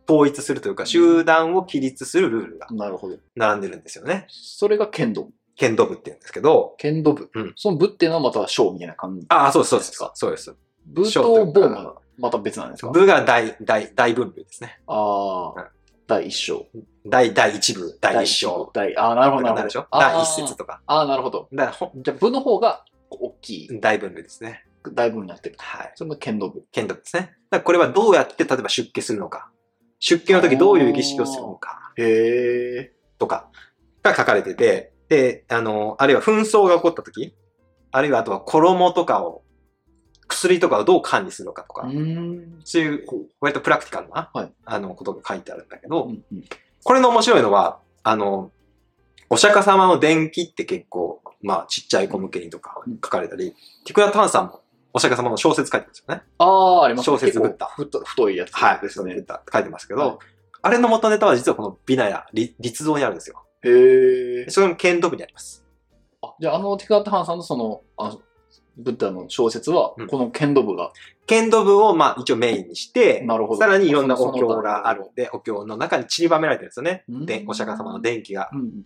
Speaker 3: 統一するというか、集団を規律するルールが
Speaker 4: なるほど。
Speaker 3: 並んでるんですよね。
Speaker 4: それが剣道。
Speaker 3: 剣道部って言うんですけど、
Speaker 4: 剣道部。
Speaker 3: うん
Speaker 4: その部っていうのはまた章みたいな感じ。
Speaker 3: ああ、そうです、そうですか。そうです。
Speaker 4: 部
Speaker 3: 章とい
Speaker 4: と
Speaker 3: うか
Speaker 4: 棒がまた別なんですか
Speaker 3: 部が大、大、大分類ですね。
Speaker 4: あ
Speaker 3: うん
Speaker 4: あ。第一章。
Speaker 3: 大、第一部、第一章。
Speaker 4: 第、ああ、なるほど、な
Speaker 3: な
Speaker 4: る
Speaker 3: る
Speaker 4: ほ
Speaker 3: でしょ
Speaker 4: ど。
Speaker 3: 第一節とか。
Speaker 4: ああ、なるほど。
Speaker 3: だからほん
Speaker 4: じゃあ部の方が大きい、
Speaker 3: 大分類ですね。
Speaker 4: 大部になってる。
Speaker 3: はい。
Speaker 4: それも剣道部。
Speaker 3: 剣道ですね。だからこれはどうやって、例えば出家するのか、出家の時どういう儀式をするのか、
Speaker 4: へえ。
Speaker 3: とか、が書かれてて、で、あの、あるいは紛争が起こった時、あるいはあとは衣とかを、薬とかをどう管理するのかと
Speaker 4: う
Speaker 3: か、
Speaker 4: ーん。
Speaker 3: そういう、割とプラクティカルな、
Speaker 4: はい
Speaker 3: あの、ことが書いてあるんだけど、
Speaker 4: うんうん
Speaker 3: これの面白いのは、あの、お釈迦様の伝記って結構、まあ、ちっちゃい子向けにとか書かれたり、ティクラタンさんもお釈迦様の小説書いてますよね。
Speaker 4: ああ、あります
Speaker 3: 小説ブッダ
Speaker 4: 結構太太いやつ
Speaker 3: はい。
Speaker 4: ですね。
Speaker 3: ブッダ書いてますけど、
Speaker 4: はい
Speaker 3: あれの元ネタは実はこのビナヤ、り立像にあるんですよ。
Speaker 4: へえ。
Speaker 3: それも剣道部にあります。
Speaker 4: あじゃあ、あのティクアットハンさんのその、あブッダの小説は
Speaker 3: うん、
Speaker 4: この剣道部が、
Speaker 3: 剣道部をまあ一応メインにして、
Speaker 4: なるほど。
Speaker 3: さらにいろんな
Speaker 4: その
Speaker 3: お経があるん。で、お経の中に散りばめられてるんですよね。
Speaker 4: うん
Speaker 3: で、お釈迦様の電気が。
Speaker 4: その他うんうん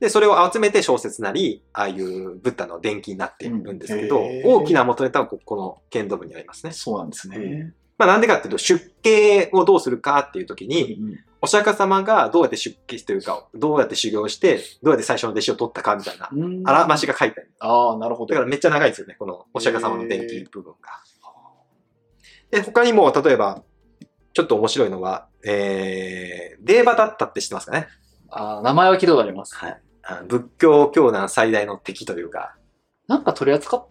Speaker 3: で、それを集めて小説なり、ああいうブッダの伝記になっているんですけど、
Speaker 4: うんへー
Speaker 3: 大きな元ネタはここの剣道部にあります
Speaker 4: うん
Speaker 3: ね。
Speaker 4: そうなんですね。
Speaker 3: まあなんでかっていうと、出家をどうするかっていう時に、お釈迦様がどうやって出家してるか、どうやって修行して、どうやって最初の弟子を取ったかみたいな、あらまし
Speaker 4: が。
Speaker 3: が書いてある。
Speaker 4: ああ、なるほ
Speaker 3: だか
Speaker 4: ど。
Speaker 3: らめっちゃ長いんですよね、このお釈迦様の伝記部分が。で、他にも、例えば、ちょっと面白いのは、えー、デーバだったって知ってますかね
Speaker 4: あー名前は聞いたことあります。
Speaker 3: はいあの仏教教団最大の敵というか、
Speaker 4: なんか取り扱っ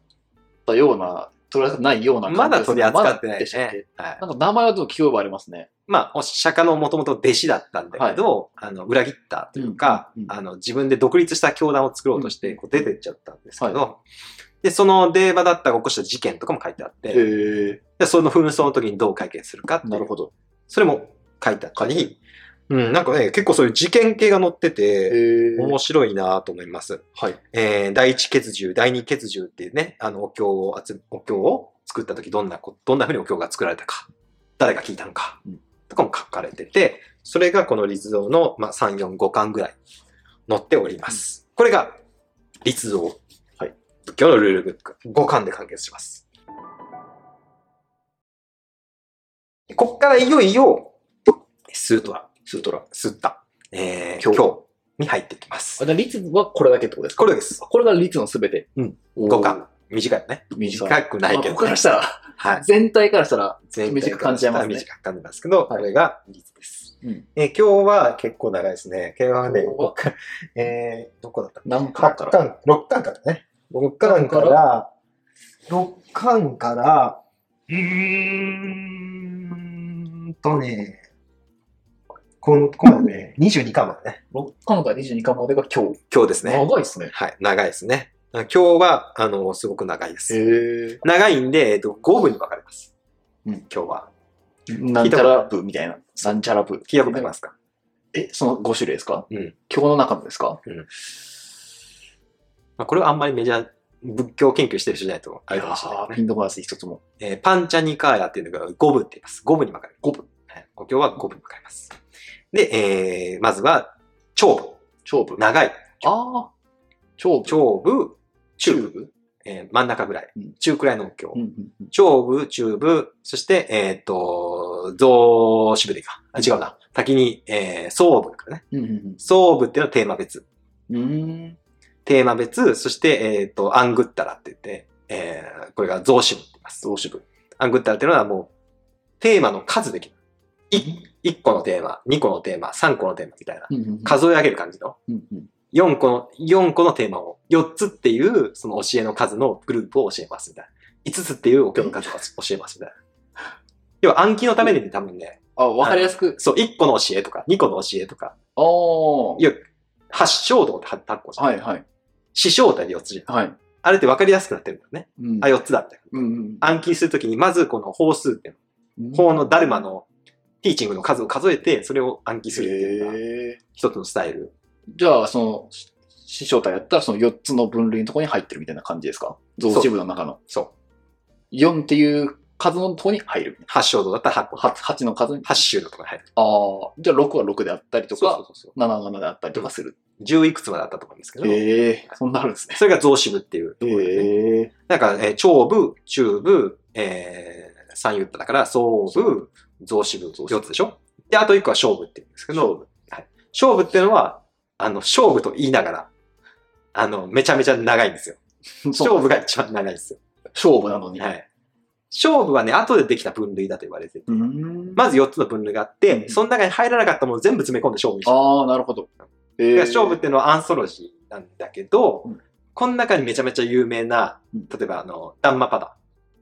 Speaker 4: たような、取り扱ってないような
Speaker 3: まだ取り扱ってないで
Speaker 4: でし
Speaker 3: す
Speaker 4: たっ
Speaker 3: ね
Speaker 4: け。
Speaker 3: はい、
Speaker 4: なんか名前はでも聞けばありますね。
Speaker 3: まあ、お釈迦のもともと弟子だったんだけど、あの裏切ったというか、
Speaker 4: うんうんうん
Speaker 3: あの自分で独立した教団を作ろうとし
Speaker 4: う
Speaker 3: て
Speaker 4: ん
Speaker 3: こう出てっちゃったんですけど、でそのデーバだったが起こした事件とかも書いてあって、
Speaker 4: へえ。
Speaker 3: でその紛争の時にどう解決するかってい
Speaker 4: なる
Speaker 3: う
Speaker 4: ほど。
Speaker 3: それも書いてあったり、うん、なんかね、結構そういう事件系が載って
Speaker 4: へ
Speaker 3: て、
Speaker 4: え。
Speaker 3: 面白いなと思います。
Speaker 4: はい。
Speaker 3: えー第一血獣、第二血獣っていうね、あのお経を集め、お経を作った時どんなこ、どんな風にお経が作られたか、誰が聞いたのか
Speaker 4: うん、
Speaker 3: とかも書かれてて、それがこの立像の、まあ、3、4、5巻ぐらい載っております。これが、立像。
Speaker 4: はい。
Speaker 3: 仏教のルールブック。5巻で完結します。こっからいよいよ、スートラ、
Speaker 4: スートラ。
Speaker 3: スッタ、えー、
Speaker 4: 経
Speaker 3: 今日に入ってきます
Speaker 4: あ、。じゃあ、律はこれだけってことですか
Speaker 3: これです。
Speaker 4: これが律のすべて。
Speaker 3: うん
Speaker 4: おー。
Speaker 3: 5巻。短いよね。
Speaker 4: 短い。
Speaker 3: 短くないけ
Speaker 4: まあ
Speaker 3: ど、
Speaker 4: ここからしたら、
Speaker 3: はい。
Speaker 4: 全体からしたら、
Speaker 3: 全
Speaker 4: 短く感じちゃいますね
Speaker 3: 短く感じますけど、
Speaker 4: はい
Speaker 3: これが率です。
Speaker 4: うん
Speaker 3: えー今日は結構長いですね。今日はね、
Speaker 4: 今日は
Speaker 3: 6巻、えー、どこだった
Speaker 4: 何回
Speaker 3: ?8
Speaker 4: から。
Speaker 3: 巻、6巻からね。6巻か、
Speaker 4: 六巻から
Speaker 3: 6巻から、うーんとね、この、このね、22巻までね。
Speaker 4: 6巻から22巻までが今日。
Speaker 3: 今日ですね。
Speaker 4: 長いですね。
Speaker 3: はい、長いですね。今日は、あの、すごく長いで
Speaker 4: へ
Speaker 3: す。
Speaker 4: え。
Speaker 3: 長いんで、えっと、5分に分かれます。
Speaker 4: うん
Speaker 3: 今日は。
Speaker 4: なんちゃら部みたいな。なんちゃら部。
Speaker 3: 聞いたことありますか
Speaker 4: え、その5種類ですか
Speaker 3: うん
Speaker 4: 今日の中のですか
Speaker 3: まあ、これはあんまりメジャー、仏教研究してる人じゃないとあれかもしれない
Speaker 4: あー、ピンとこないです、一つも。
Speaker 3: えーパンチャニカーヤっていうのが五分って言います。五分に分かれる。五分。はい、お経は五分に分かれます。で、えー、まずは、長
Speaker 4: 長部。
Speaker 3: 部。
Speaker 4: あ
Speaker 3: 長い。
Speaker 4: あー。長部。
Speaker 3: 長部、中部。
Speaker 4: 部。
Speaker 3: えー真ん中ぐらい
Speaker 4: うん。
Speaker 3: 中くらいのお経。
Speaker 4: うんうんうん。
Speaker 3: 長部、中部、そして、えっ、と、増支部でいいか。あ違うな。先に、えー、総部だからね。
Speaker 4: うんうん
Speaker 3: 総部っていうのはテーマ別。
Speaker 4: うん。うん。
Speaker 3: テーマ別、そして、えっ、と、アングッタラって言って、えー、これが増支部って言います。
Speaker 4: 増支部。
Speaker 3: アングッタラっていうのはもう、テーマの数できる。1個のテーマ、2個のテーマ、3個のテーマみたいな。
Speaker 4: うんうんうん。
Speaker 3: 数え上げる感じの。
Speaker 4: うんうん。
Speaker 3: 4個の、4個のテーマを、4つっていう、その教えの数のグループを教えますみたいな。5つっていうお経の数を教えますみたいな。要は暗記のために多分ね、
Speaker 4: あ、わかりやすく。
Speaker 3: そう、1個の教えとか、2個の教えとか、
Speaker 4: ああ。
Speaker 3: いや、八正道って8個じゃん。
Speaker 4: はいはい。
Speaker 3: 四正体で4つじゃん。
Speaker 4: はい。
Speaker 3: あれって分かりやすくなってるんだよね。
Speaker 4: うん
Speaker 3: あ、4つだみたいな。
Speaker 4: うん
Speaker 3: 暗記するときに、まずこの法数っていうの
Speaker 4: うん。
Speaker 3: 法のダルマのティーチングの数を数えて、それを暗記するっていうのが
Speaker 4: へえ。
Speaker 3: 一つのスタイル。
Speaker 4: じゃあ、その、し師匠体やったら、その4つの分類のところに入ってるみたいな感じですか増支部の中の。
Speaker 3: そう。
Speaker 4: 4っていう数のところに入る。
Speaker 3: 八正道だったら8個。
Speaker 4: 8, 8の数に。
Speaker 3: 八州のとこに入る。
Speaker 4: ああ。じゃあ、6は6であったりと
Speaker 3: と
Speaker 4: か、
Speaker 3: か、そうそう
Speaker 4: 7は7であったりとかする。
Speaker 3: 10いくつまであったと思うんですけど、
Speaker 4: へえ。そんなあるんですね。
Speaker 3: それが増支部っていうところで、ね
Speaker 4: へえ。
Speaker 3: なんか、えー長部、中部、えー、三ユッタだから、総部、増支部、4つでしょで、あと1個は勝負って言うんですけど、勝負,、はい、勝負っていうのは、あの、勝負と言いながら、あの、めちゃめちゃ長いんですよ。
Speaker 4: そう
Speaker 3: 勝負が一番長いんですよ。
Speaker 4: 勝負なのに。
Speaker 3: はい。勝負はね、後でできた分類だと言われてて
Speaker 4: うーん。
Speaker 3: まず4つの分類があって、
Speaker 4: うん
Speaker 3: その中に入らなかったものを全部詰め込んで勝負にした。
Speaker 4: ああ、なるほど。へえ
Speaker 3: で勝負っていうのはアンソロジーなんだけど、
Speaker 4: うん
Speaker 3: この中にめちゃめちゃ有名な
Speaker 4: うん、
Speaker 3: 例えばあの、ダンマパダ、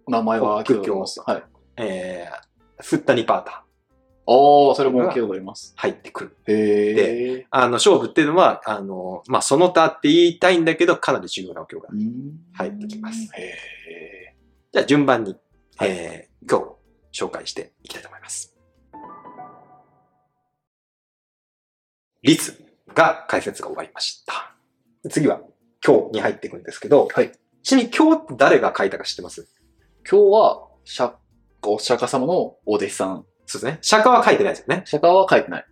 Speaker 4: 名前は
Speaker 3: 国
Speaker 4: 聞いたことありますはい。あ
Speaker 3: えー、スッタニパータ
Speaker 4: あ、それも聞いたことあります。
Speaker 3: 入ってくる。
Speaker 4: へえ。
Speaker 3: あの、勝負っていうのは、あの、まあ、その他って言いたいんだけど、かなり重要なお経が
Speaker 4: うーん
Speaker 3: 入ってきます。
Speaker 4: へえ。
Speaker 3: じゃあ順番に、えー今日紹介していきたいと思います。律が解説が終わりました。次は今日に入っていくんですけど、
Speaker 4: はい
Speaker 3: ちなみに今日って誰が書いたか知ってます
Speaker 4: 今日は、釈迦、お釈迦様のお弟子さん。
Speaker 3: そうですね。釈迦は書いてないですよね。
Speaker 4: 釈迦は書いてない。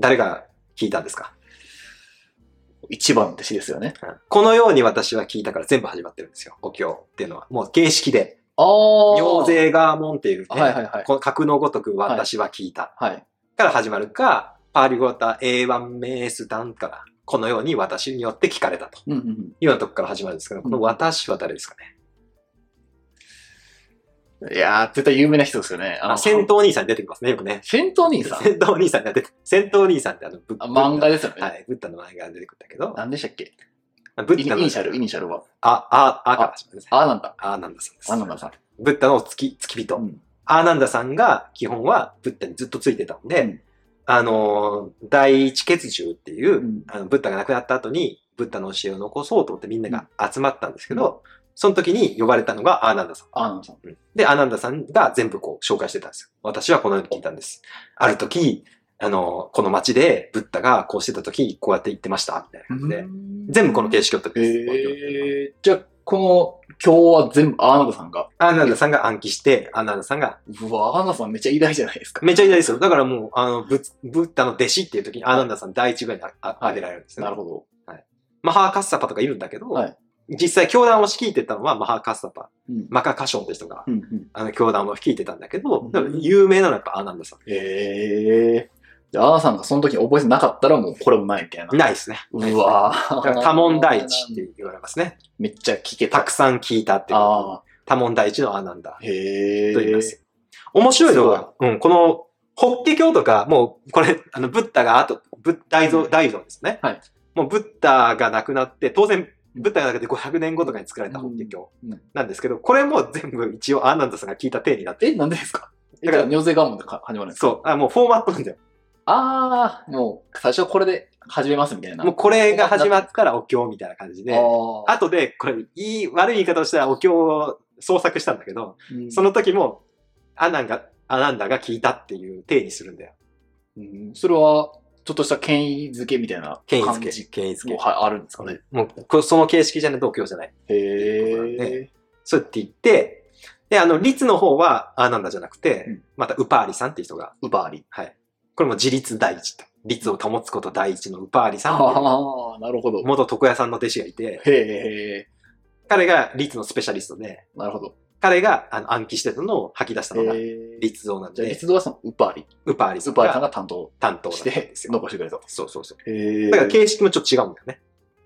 Speaker 3: 誰が聞いたんですか
Speaker 4: 一番の弟子ですよね。
Speaker 3: このように私は聞いたから全部始まってるんですよ。お経っていうのは。もう形式で。
Speaker 4: ああ
Speaker 3: 行。勢が門っていうね、
Speaker 4: はいはいはい。
Speaker 3: この格のごとく私は聞いた。
Speaker 4: はい。
Speaker 3: から始まるか、パーリゴタ A1 名スダンから、このように私によって聞かれたと
Speaker 4: うんうんうん
Speaker 3: いうようなとこから始まるんですけど、この私は誰ですかね。
Speaker 4: いやー、絶対有名な人ですよね。あ
Speaker 3: あ、戦。闘兄さんに出てきますね、よくね。
Speaker 4: 戦闘人さん
Speaker 3: 戦闘兄さんが出て、戦闘兄さんってあの、ブッ
Speaker 4: あ漫画ですよね。
Speaker 3: はい、ブッダの漫画が出てくるんだけど、
Speaker 4: 何でしたっけ
Speaker 3: ブッ
Speaker 4: イニイ
Speaker 3: ダの、
Speaker 4: ニシャル、イニシャルは。
Speaker 3: あ、あ、あから始まるんですね。
Speaker 4: あーなんだ。
Speaker 3: アーナンダさんです。
Speaker 4: あーなんださん。
Speaker 3: ブッダの月、月人。
Speaker 4: うん
Speaker 3: アーナンダさんが基本はブッダにずっとついてたんで、
Speaker 4: うん
Speaker 3: あのー、第一血獣っていう、
Speaker 4: うん
Speaker 3: あのブッダが亡くなった後に、ブッダの教えを残そうと思ってみんなが集まったんですけど、その時に呼ばれたのがアーナンダさん。
Speaker 4: あーなんださん。
Speaker 3: で、アーナンダさんが全部こう紹介してたんですよ。私はこのように聞いたんです。ある時、あのー、この街でブッダがこうしてた時、こうやって言ってました、みたいな感じで。全部この形式を取ってるんです。
Speaker 4: えー、じゃあ、この今日は全部アーナンダさんが。
Speaker 3: アーナンダさんが暗記して、アーナンダさんが
Speaker 4: うわ、アーナンダさんめっちゃ偉大じゃないですか。
Speaker 3: めちゃ偉大ですよ。だからもう、あの、ブッブッダの弟子っていう時にアーナンダさん第一部にああ挙げられるんですね。
Speaker 4: なるほど。
Speaker 3: マハーカッサパとかいるんだけど、
Speaker 4: はい
Speaker 3: 実際教団を率いてたのはマハーカッサパ、
Speaker 4: うん。
Speaker 3: マカカションって人が、
Speaker 4: うんうん、
Speaker 3: あの、教団を率いてたんだけど、
Speaker 4: うん
Speaker 3: でも有名なのはやっぱアーナンダさ
Speaker 4: ええー。じゃあ、アーナさんがその時に覚えてなかったらもうこれもないみたいな。
Speaker 3: ん。ないですね。
Speaker 4: うわ
Speaker 3: だから
Speaker 4: ー。
Speaker 3: 多聞第一って言われますね。
Speaker 4: めっちゃ聞けた。
Speaker 3: たくさん聞いたっていう。多
Speaker 4: ああ。
Speaker 3: 聞第一のアーナンダ
Speaker 4: へえ。
Speaker 3: と言います。面白いのは、うん、この、法華経とか、もう、これ、あの、ブッダが、あと、ブッ大蔵、大蔵ですね。
Speaker 4: はい
Speaker 3: もう、ブッダが亡くなって、当然、ブッダが亡くなって500年後とかに作られた法華経
Speaker 4: うんうん
Speaker 3: なんですけど、これも全部一応アーナンダさんが聞いた体になってる
Speaker 4: え、なんでですかえ、
Speaker 3: だ
Speaker 4: じ
Speaker 3: か
Speaker 4: ゃ
Speaker 3: ら
Speaker 4: あ、尿税我慢でか始まるんですか
Speaker 3: そう、あもうフォーマットなんだよ。
Speaker 4: ああ、もう、最初これで始めますみたいな。
Speaker 3: もうこれが始まったらお経みたいな感じで、
Speaker 4: ああ、
Speaker 3: 後で、これ、いい、悪い言い方をしたらお経を創作したんだけど、
Speaker 4: うん
Speaker 3: その時も、アナンが、アナンダが聞いたっていう体にするんだよ。
Speaker 4: うんそれは、ちょっとした権威づけみたいな
Speaker 3: 権威
Speaker 4: 感
Speaker 3: づけ。
Speaker 4: じ
Speaker 3: 権威づけ
Speaker 4: も。はあるんですかね。
Speaker 3: もうこ、その形式じゃないとお経じゃない。
Speaker 4: へ
Speaker 3: とい
Speaker 4: え。
Speaker 3: そうやって言って、で、あの、律の方は、アーナンダじゃなくて、
Speaker 4: うん
Speaker 3: またウパーリさんっていう人が、
Speaker 4: ウバーリ。
Speaker 3: これも自立第一と。律を保つこと第一のウパーリさんっていう、
Speaker 4: ああ、なるほど。
Speaker 3: 元床屋さんの弟子がいて、
Speaker 4: へえ。
Speaker 3: 彼が律のスペシャリストで、
Speaker 4: なるほど。
Speaker 3: 彼があの暗記してたのを吐き出したのが
Speaker 4: へえ。
Speaker 3: 律蔵なん
Speaker 4: じゃあ、
Speaker 3: で、
Speaker 4: 立道はそのウバーリ。
Speaker 3: ウパーリさ
Speaker 4: ウ
Speaker 3: ん
Speaker 4: バーリさん
Speaker 3: が
Speaker 4: が担当
Speaker 3: 担当だっ
Speaker 4: した
Speaker 3: ん
Speaker 4: て
Speaker 3: です、よ。
Speaker 4: 残してくれたと。
Speaker 3: そうそうそう。
Speaker 4: へえ。
Speaker 3: だから形式もちょっと違うんだよね。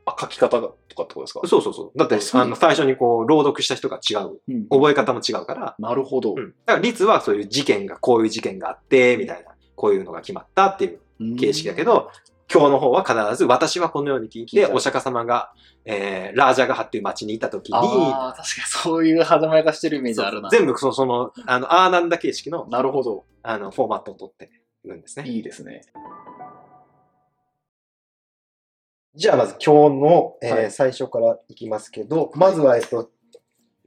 Speaker 4: あ書き方がとかってことですか
Speaker 3: そうそうそう。だって
Speaker 4: あ、そう
Speaker 3: あ
Speaker 4: なん
Speaker 3: の、
Speaker 4: だ
Speaker 3: 最初にこう、朗読した人が違う。
Speaker 4: うん
Speaker 3: 覚え方も違うから、
Speaker 4: なるほど。
Speaker 3: うん。だから、律はそういう事件が、こういう事件があって、みたいな、こういうのが決まったっていう
Speaker 4: うん
Speaker 3: 形式だけ、ど、今日の方は必ず、私はこのように聞い
Speaker 4: 聞
Speaker 3: て、
Speaker 4: いた
Speaker 3: お釈迦様が、えー、ラージャガハっていう町にいた時に、
Speaker 4: ああ、確かにそういう始まり方してるイメージあるな。
Speaker 3: 全部その、その、あの、アーナンダ形式の、
Speaker 4: なるほど。
Speaker 3: あの、フォーマットを取ってるんですね。
Speaker 4: いいですね。
Speaker 3: じゃあ、まず今日の、えー
Speaker 4: はい
Speaker 3: 最初からいきますけど、まずは、えっと、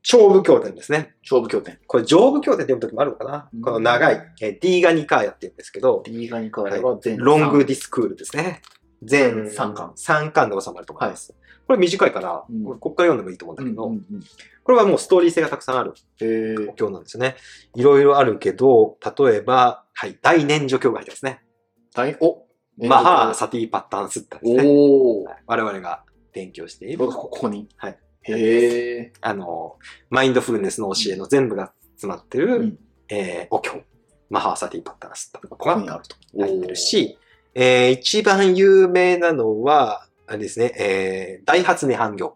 Speaker 3: 長部経典ですね。
Speaker 4: 勝負経典。
Speaker 3: これ、上部経典って読む時もあるのかな、
Speaker 4: うん
Speaker 3: この長い、えー、ディーガニカーヤって言うんですけど、
Speaker 4: リーガに変われば全
Speaker 3: ロング
Speaker 4: ディ
Speaker 3: ディスクールですね。全
Speaker 4: 三巻
Speaker 3: 3巻で収まると思います。これ短いから、
Speaker 4: うん
Speaker 3: これこっから読んでもいいと思うんだけど、
Speaker 4: うんうんうん
Speaker 3: これはもうストーリー性がたくさんある
Speaker 4: へー
Speaker 3: 教なんですね。いろいろあるけど、例えば、はい、大念助教が入ってますね。
Speaker 4: 大お
Speaker 3: マハーサティパッタンスってですね。
Speaker 4: おお、
Speaker 3: はい我々が勉強している
Speaker 4: 僕、ここに。
Speaker 3: はい。
Speaker 4: へえ。
Speaker 3: あの、マインドフルネスの教えの全部が詰まってる、
Speaker 4: うん
Speaker 3: えーお経。マハーサティパッタンスってこ
Speaker 4: こ
Speaker 3: こ
Speaker 4: こ
Speaker 3: が
Speaker 4: にあると。
Speaker 3: 入ってるし、えー一番有名なのは、あれですね、えー、大発涅槃行。
Speaker 4: おー。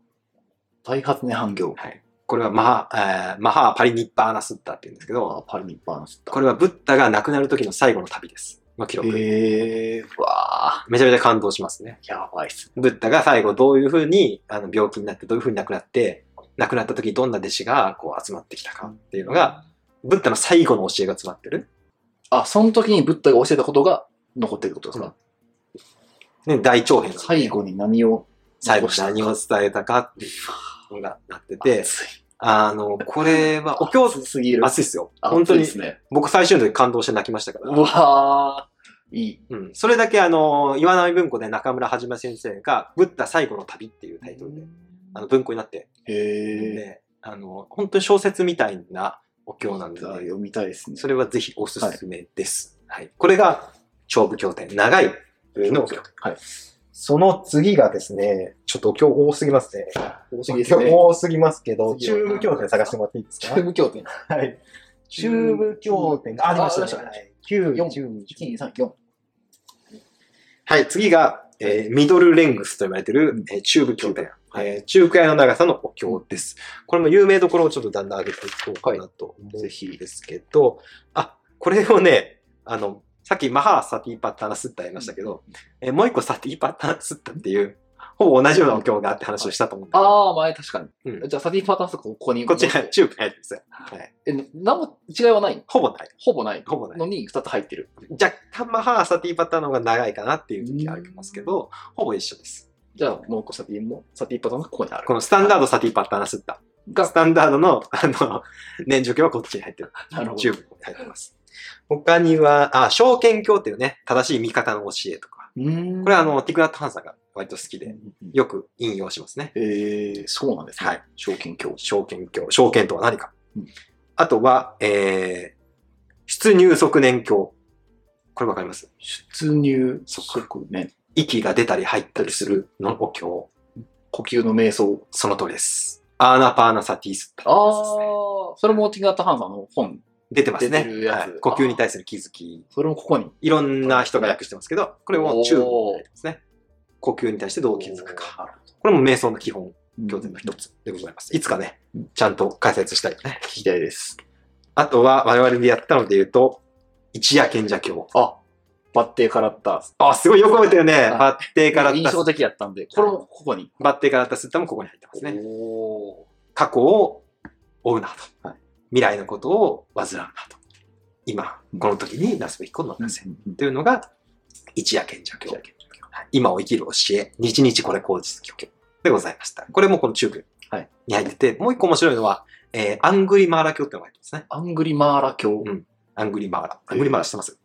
Speaker 4: 大発涅槃行。
Speaker 3: はい。これはマハ、えーマハーパリニッパーナスッタって言うんですけ
Speaker 4: あ
Speaker 3: ど、
Speaker 4: パリニッパーナス
Speaker 3: これはブッダが亡くなる時の最後の旅です。の記録。
Speaker 4: へえ。うわあ。
Speaker 3: めちゃめちゃ感動しますね。
Speaker 4: やばいっすね。
Speaker 3: ブッダが最後どういうふうにあの病気になって、どういうふうに亡くなって、亡くなった時どんな弟子がこう集まってきたかっていうのが、ブッダの最後の教えが詰まってる。
Speaker 4: あ、その時にブッダが教えたことが残ってるってことですか、
Speaker 3: ね、大長編の
Speaker 4: 最後に何を
Speaker 3: 最後に何を伝えたかっていうのがなってて、
Speaker 4: 熱い。
Speaker 3: あの、これは、お経、
Speaker 4: 熱すぎる。
Speaker 3: 熱いっすよ。
Speaker 4: あ
Speaker 3: 本当に
Speaker 4: 熱い、ですね。
Speaker 3: 僕最終の時感動して泣きましたか
Speaker 4: う
Speaker 3: ら。
Speaker 4: わー。いい。
Speaker 3: うん。それだけ、あの、岩波文庫で中村はじめ先生が、ブッダ最後の旅っていうタイトルで、あの、文庫になって、
Speaker 4: へえ。
Speaker 3: で、あの、本当に小説みたいなお経なんで、
Speaker 4: 読みたいですね。
Speaker 3: それはぜひおすすめです。はい。これが、長部経典、長い部のお経。
Speaker 4: はい。
Speaker 3: その次がですね、ちょっとお経多すぎますね。
Speaker 4: 多す
Speaker 3: お
Speaker 4: ぎです
Speaker 3: 経
Speaker 4: ね。
Speaker 3: 多すぎますけど、
Speaker 4: 次は
Speaker 3: 中部経典探してもらっていいですか
Speaker 4: 中部経典。
Speaker 3: はい。中部経典がありましたね。はい9、
Speaker 4: 4
Speaker 3: 10
Speaker 4: 1、2、3、4。
Speaker 3: はい、次が、えーミドルレングスと呼ばれている、えー中部経典。えー中くらいの長さのお経です。これも有名どころをちょっとだんだん上げていこうかなと思
Speaker 4: ぜ
Speaker 3: う
Speaker 4: ひ
Speaker 3: んですけど、あ、これをね、あの、さっきマハーサティパッタナスッタやりましたけど、えーもう一個サティパッタナスッタっていう、ほぼ同じようなお経があって話をしたと思うんだけど
Speaker 4: ああ、前確かに。
Speaker 3: うん
Speaker 4: じゃあ、サティパターンスとかここに。
Speaker 3: こっちが中部に入ってるんですよ。はい。
Speaker 4: え、なんも違いはない
Speaker 3: ほぼない。
Speaker 4: ほぼない。
Speaker 3: ほぼない
Speaker 4: のに2つ入ってる。
Speaker 3: 若干マハーサティパッターンの方が長いかなっていう時がありますけど、ほぼ一緒です。
Speaker 4: じゃあ、もう一個サティも、サティパターンスがここにある。
Speaker 3: このスタンダードサティパッターナスッタ。
Speaker 4: が
Speaker 3: スタンダードの、あの、年中教はこっちに入ってる。
Speaker 4: なるほど
Speaker 3: 中部に入ってます。他には、あ、証券教っていうね、正しい見方の教えとか。
Speaker 4: うーん
Speaker 3: これはあの、ティクナットハンさんが割と好きで、
Speaker 4: うん
Speaker 3: よく引用しますね。
Speaker 4: えー、そうなんですね。
Speaker 3: はい。
Speaker 4: 証券教師。
Speaker 3: 証券教、証券とは何か
Speaker 4: うん。
Speaker 3: あとは、えー、出入側年教。これわかります
Speaker 4: 出入
Speaker 3: そっ
Speaker 4: 即ね。
Speaker 3: 息が出たり入ったりするのお経。
Speaker 4: 呼吸の瞑想。
Speaker 3: その通りです。アーナパーナサティスッタ
Speaker 4: あ
Speaker 3: の
Speaker 4: あ
Speaker 3: やつですね、
Speaker 4: それもティガータハンさんの本。
Speaker 3: 出てますね
Speaker 4: 出てる。や
Speaker 3: は
Speaker 4: つ
Speaker 3: い呼吸に対する気づき
Speaker 4: それもここに。
Speaker 3: いろんな人が訳してますけど、これも中
Speaker 4: おー
Speaker 3: ですね。呼吸に対してどう気づくか。
Speaker 4: なるほ
Speaker 3: これも瞑想の基本、
Speaker 4: ど。
Speaker 3: 教典の一つでございます。いつかね
Speaker 4: うん、
Speaker 3: ちゃんと解説したいよね。
Speaker 4: 聞きたいです。
Speaker 3: あとは、我々でやったので言うと、一夜賢者教。
Speaker 4: あ、バッテからった。
Speaker 3: あ、すごいよく覚えてるね。
Speaker 4: あ
Speaker 3: バッテから
Speaker 4: 印
Speaker 3: タス
Speaker 4: 象的やったんで、これもここに。
Speaker 3: バッテからタスッタもここに入ってますね。
Speaker 4: お
Speaker 3: 過去を追うなと
Speaker 4: はい。
Speaker 3: 未来のことを煩うなと。今
Speaker 4: う、ん
Speaker 3: この時になすべきことの
Speaker 4: ー
Speaker 3: なせ。というのが、一夜賢者
Speaker 4: 一
Speaker 3: 教
Speaker 4: 夜。
Speaker 3: 今を生きる教え、日々これ口実教でございました。これもこの中部
Speaker 4: はい
Speaker 3: に入ってて、もう一個面白いのは、えー、アングリマーラ教っていうのが入ってますね。
Speaker 4: アングリマーラ教。
Speaker 3: んアングリマーラ。アングリマーラしてます。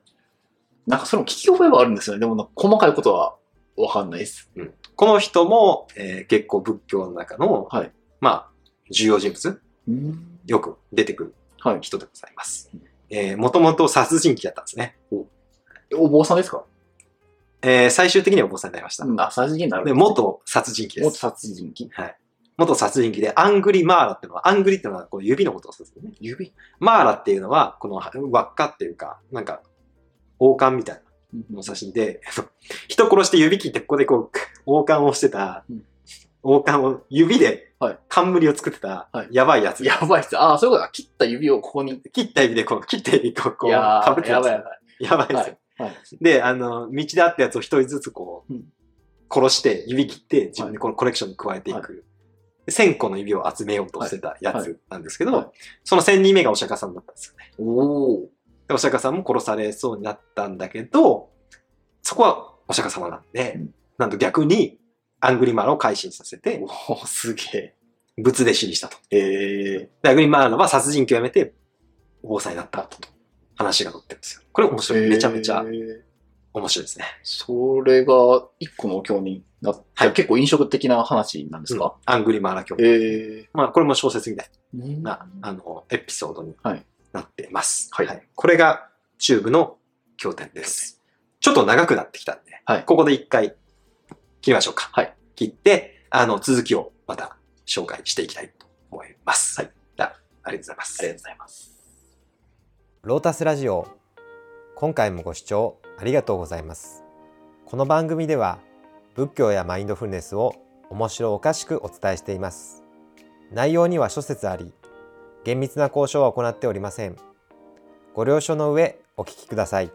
Speaker 4: なんかそれも聞き覚えはあるんですよね。でもなんか細かいことはわかんないです。
Speaker 3: この人も、えー結構仏教の中の、
Speaker 4: はい
Speaker 3: まあ、重要人物、
Speaker 4: うん。
Speaker 3: よく出てくる
Speaker 4: はい。
Speaker 3: 人でございます。えー、もともと殺人鬼だったんですね。
Speaker 4: お坊さんですか
Speaker 3: えー最終的にはお坊さんになりました。
Speaker 4: うん、あ、殺人鬼になる。
Speaker 3: で、元殺人鬼で
Speaker 4: 元
Speaker 3: す。
Speaker 4: 殺人鬼。
Speaker 3: 元殺人鬼で、アングリマーラっていうのは、アングリっていうのはこう指のことをするんですよね。
Speaker 4: 指
Speaker 3: マーラっていうのは、この輪っかっていうか、なんか、王冠みたいなのを指しで、 人殺して指切ってここでこう、王冠をしてた
Speaker 4: うん、
Speaker 3: 王冠を指で
Speaker 4: はい冠
Speaker 3: 冠を作ってた
Speaker 4: はい、
Speaker 3: やばいやつ。
Speaker 4: やばいっす。ああ、そういうことだ。切った指をここに。
Speaker 3: 切った指でこう、切った指でこう、こう、
Speaker 4: や
Speaker 3: か
Speaker 4: ー
Speaker 3: ぶって
Speaker 4: や
Speaker 3: たやつ
Speaker 4: ばいやばい。
Speaker 3: やばいですよ。
Speaker 4: はい。
Speaker 3: で、あの、道であったやつを一人ずつこう
Speaker 4: うん、
Speaker 3: 殺して、指切って、自分でこのコレクションに加えてい
Speaker 4: は
Speaker 3: く。1000個の指を集めようとしてたやつなんですけ
Speaker 4: はい
Speaker 3: ど、その1000人目がお釈迦さんだったんですよ。
Speaker 4: おお。
Speaker 3: で、お釈迦さんも殺されそうになったんだけど、そこはお釈迦様なんで、
Speaker 4: うん
Speaker 3: なんと逆にアングリマーラを改心させて、
Speaker 4: おお、 すげ
Speaker 3: 仏弟子にしたと。
Speaker 4: え。ええ。
Speaker 3: で、アングリマーラは殺人鬼をやめて、お坊さんになったと、話が載ってるんですよ。これ面白い。めちゃめちゃ
Speaker 4: えー
Speaker 3: 面白いですね。
Speaker 4: それが一個のお経になって、
Speaker 3: はい
Speaker 4: 結構飲食的な話なんですか、
Speaker 3: うんアングリマーラ教。
Speaker 4: ええ
Speaker 3: まあ、これも小説みたい
Speaker 4: ー。
Speaker 3: な、あの、エピソードに
Speaker 4: はい
Speaker 3: なってます。
Speaker 4: はい
Speaker 3: これがチューブの経典です。ちょっと長くなってきたんで、
Speaker 4: はい
Speaker 3: ここで一回切りましょうか。
Speaker 4: はい
Speaker 3: 切って、あの、続きをまた紹介していきたいと思います。はい。じゃあ、ありがとうございます。
Speaker 4: ありがとうございます。
Speaker 1: ロータスラジオ今回もご視聴ありがとうございますこの番組では仏教やマインドフルネスを面白おかしくお伝えしています内容には諸説あり厳密な交渉は行っておりませんご了承の上お聞きください